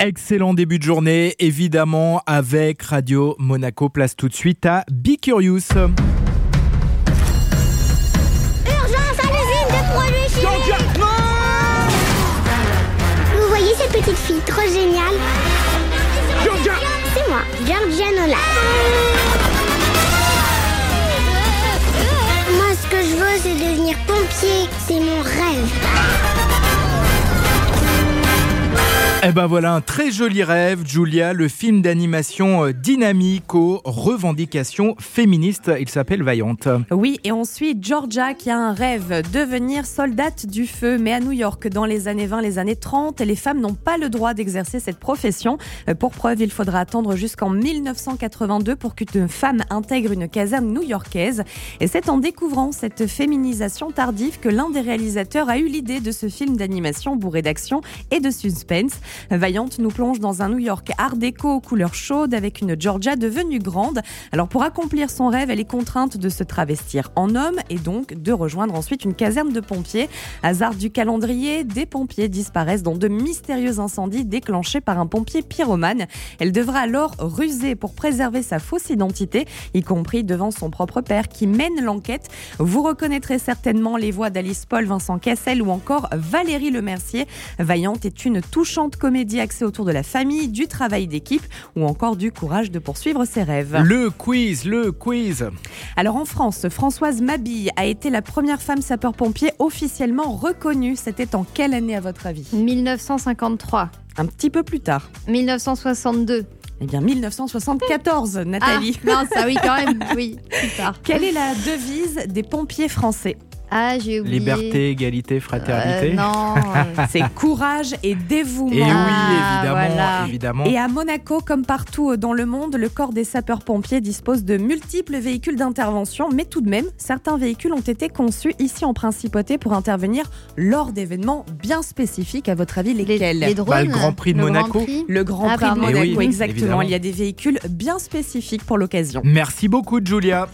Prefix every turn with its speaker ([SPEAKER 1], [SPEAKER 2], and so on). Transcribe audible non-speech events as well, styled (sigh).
[SPEAKER 1] Excellent début de journée, évidemment, avec Radio Monaco. Place tout de suite à Be Curious.
[SPEAKER 2] Urgence à l'usine de produits chimiques Vous voyez cette petite fille trop géniale C'est moi, Georgiana Nola. Moi, ce que je veux, c'est devenir pompier. C'est mon rêve.
[SPEAKER 1] Eh ben voilà, un très joli rêve, Julia, le film d'animation euh, dynamique aux revendications féministes. Il s'appelle Vaillante.
[SPEAKER 3] Oui, et on suit Georgia qui a un rêve, devenir soldate du feu. Mais à New York, dans les années 20, les années 30, les femmes n'ont pas le droit d'exercer cette profession. Euh, Pour preuve, il faudra attendre jusqu'en 1982 pour qu'une femme intègre une caserne new-yorkaise. Et c'est en découvrant cette féminisation tardive que l'un des réalisateurs a eu l'idée de ce film d'animation bourré d'action et de suspense. Vaillante nous plonge dans un New York art déco aux couleurs chaudes avec une Georgia devenue grande. Alors pour accomplir son rêve, elle est contrainte de se travestir en homme et donc de rejoindre ensuite une caserne de pompiers. Hasard du calendrier, des pompiers disparaissent dans de mystérieux incendies déclenchés par un pompier pyromane. Elle devra alors ruser pour préserver sa fausse identité, y compris devant son propre père qui mène l'enquête. Vous reconnaîtrez certainement les voix d'Alice Paul, Vincent Cassel ou encore Valérie Lemercier. Vaillante est une touchante comédie axée autour de la famille, du travail d'équipe ou encore du courage de poursuivre ses rêves.
[SPEAKER 1] Le quiz, le quiz.
[SPEAKER 3] Alors en France, Françoise Mabille a été la première femme sapeur-pompier officiellement reconnue. C'était en quelle année à votre avis
[SPEAKER 4] 1953,
[SPEAKER 3] Un petit peu plus tard.
[SPEAKER 4] 1962.
[SPEAKER 3] Eh bien 1974,
[SPEAKER 4] Ah,
[SPEAKER 3] Nathalie.
[SPEAKER 4] (laughs) non, ça oui, quand même, oui, plus tard.
[SPEAKER 3] Quelle est la devise des pompiers français
[SPEAKER 4] Ah, j'ai oublié.
[SPEAKER 1] Liberté, égalité,
[SPEAKER 4] Euh,
[SPEAKER 1] fraternité. (laughs)
[SPEAKER 4] non, euh,
[SPEAKER 3] C'est courage et
[SPEAKER 1] Et oui,
[SPEAKER 3] dévouement.
[SPEAKER 4] Ah,
[SPEAKER 1] évidemment,
[SPEAKER 4] voilà.
[SPEAKER 1] évidemment.
[SPEAKER 3] Et à Monaco, comme partout dans le monde, le corps des sapeurs-pompiers dispose de multiples véhicules d'intervention, mais tout de même, certains véhicules ont été conçus ici en Principauté pour intervenir lors d'événements bien spécifiques. À votre avis,
[SPEAKER 4] les,
[SPEAKER 3] lesquels
[SPEAKER 4] les drones.
[SPEAKER 1] Bah, le Grand Prix de
[SPEAKER 4] le Grand
[SPEAKER 1] Monaco.
[SPEAKER 4] Prix.
[SPEAKER 3] Le Grand
[SPEAKER 4] Ah,
[SPEAKER 3] Prix de
[SPEAKER 4] pardon.
[SPEAKER 3] Monaco,
[SPEAKER 1] Eh oui,
[SPEAKER 3] exactement.
[SPEAKER 1] évidemment.
[SPEAKER 3] Il y a des véhicules bien spécifiques pour l'occasion.
[SPEAKER 1] Merci beaucoup, Julia.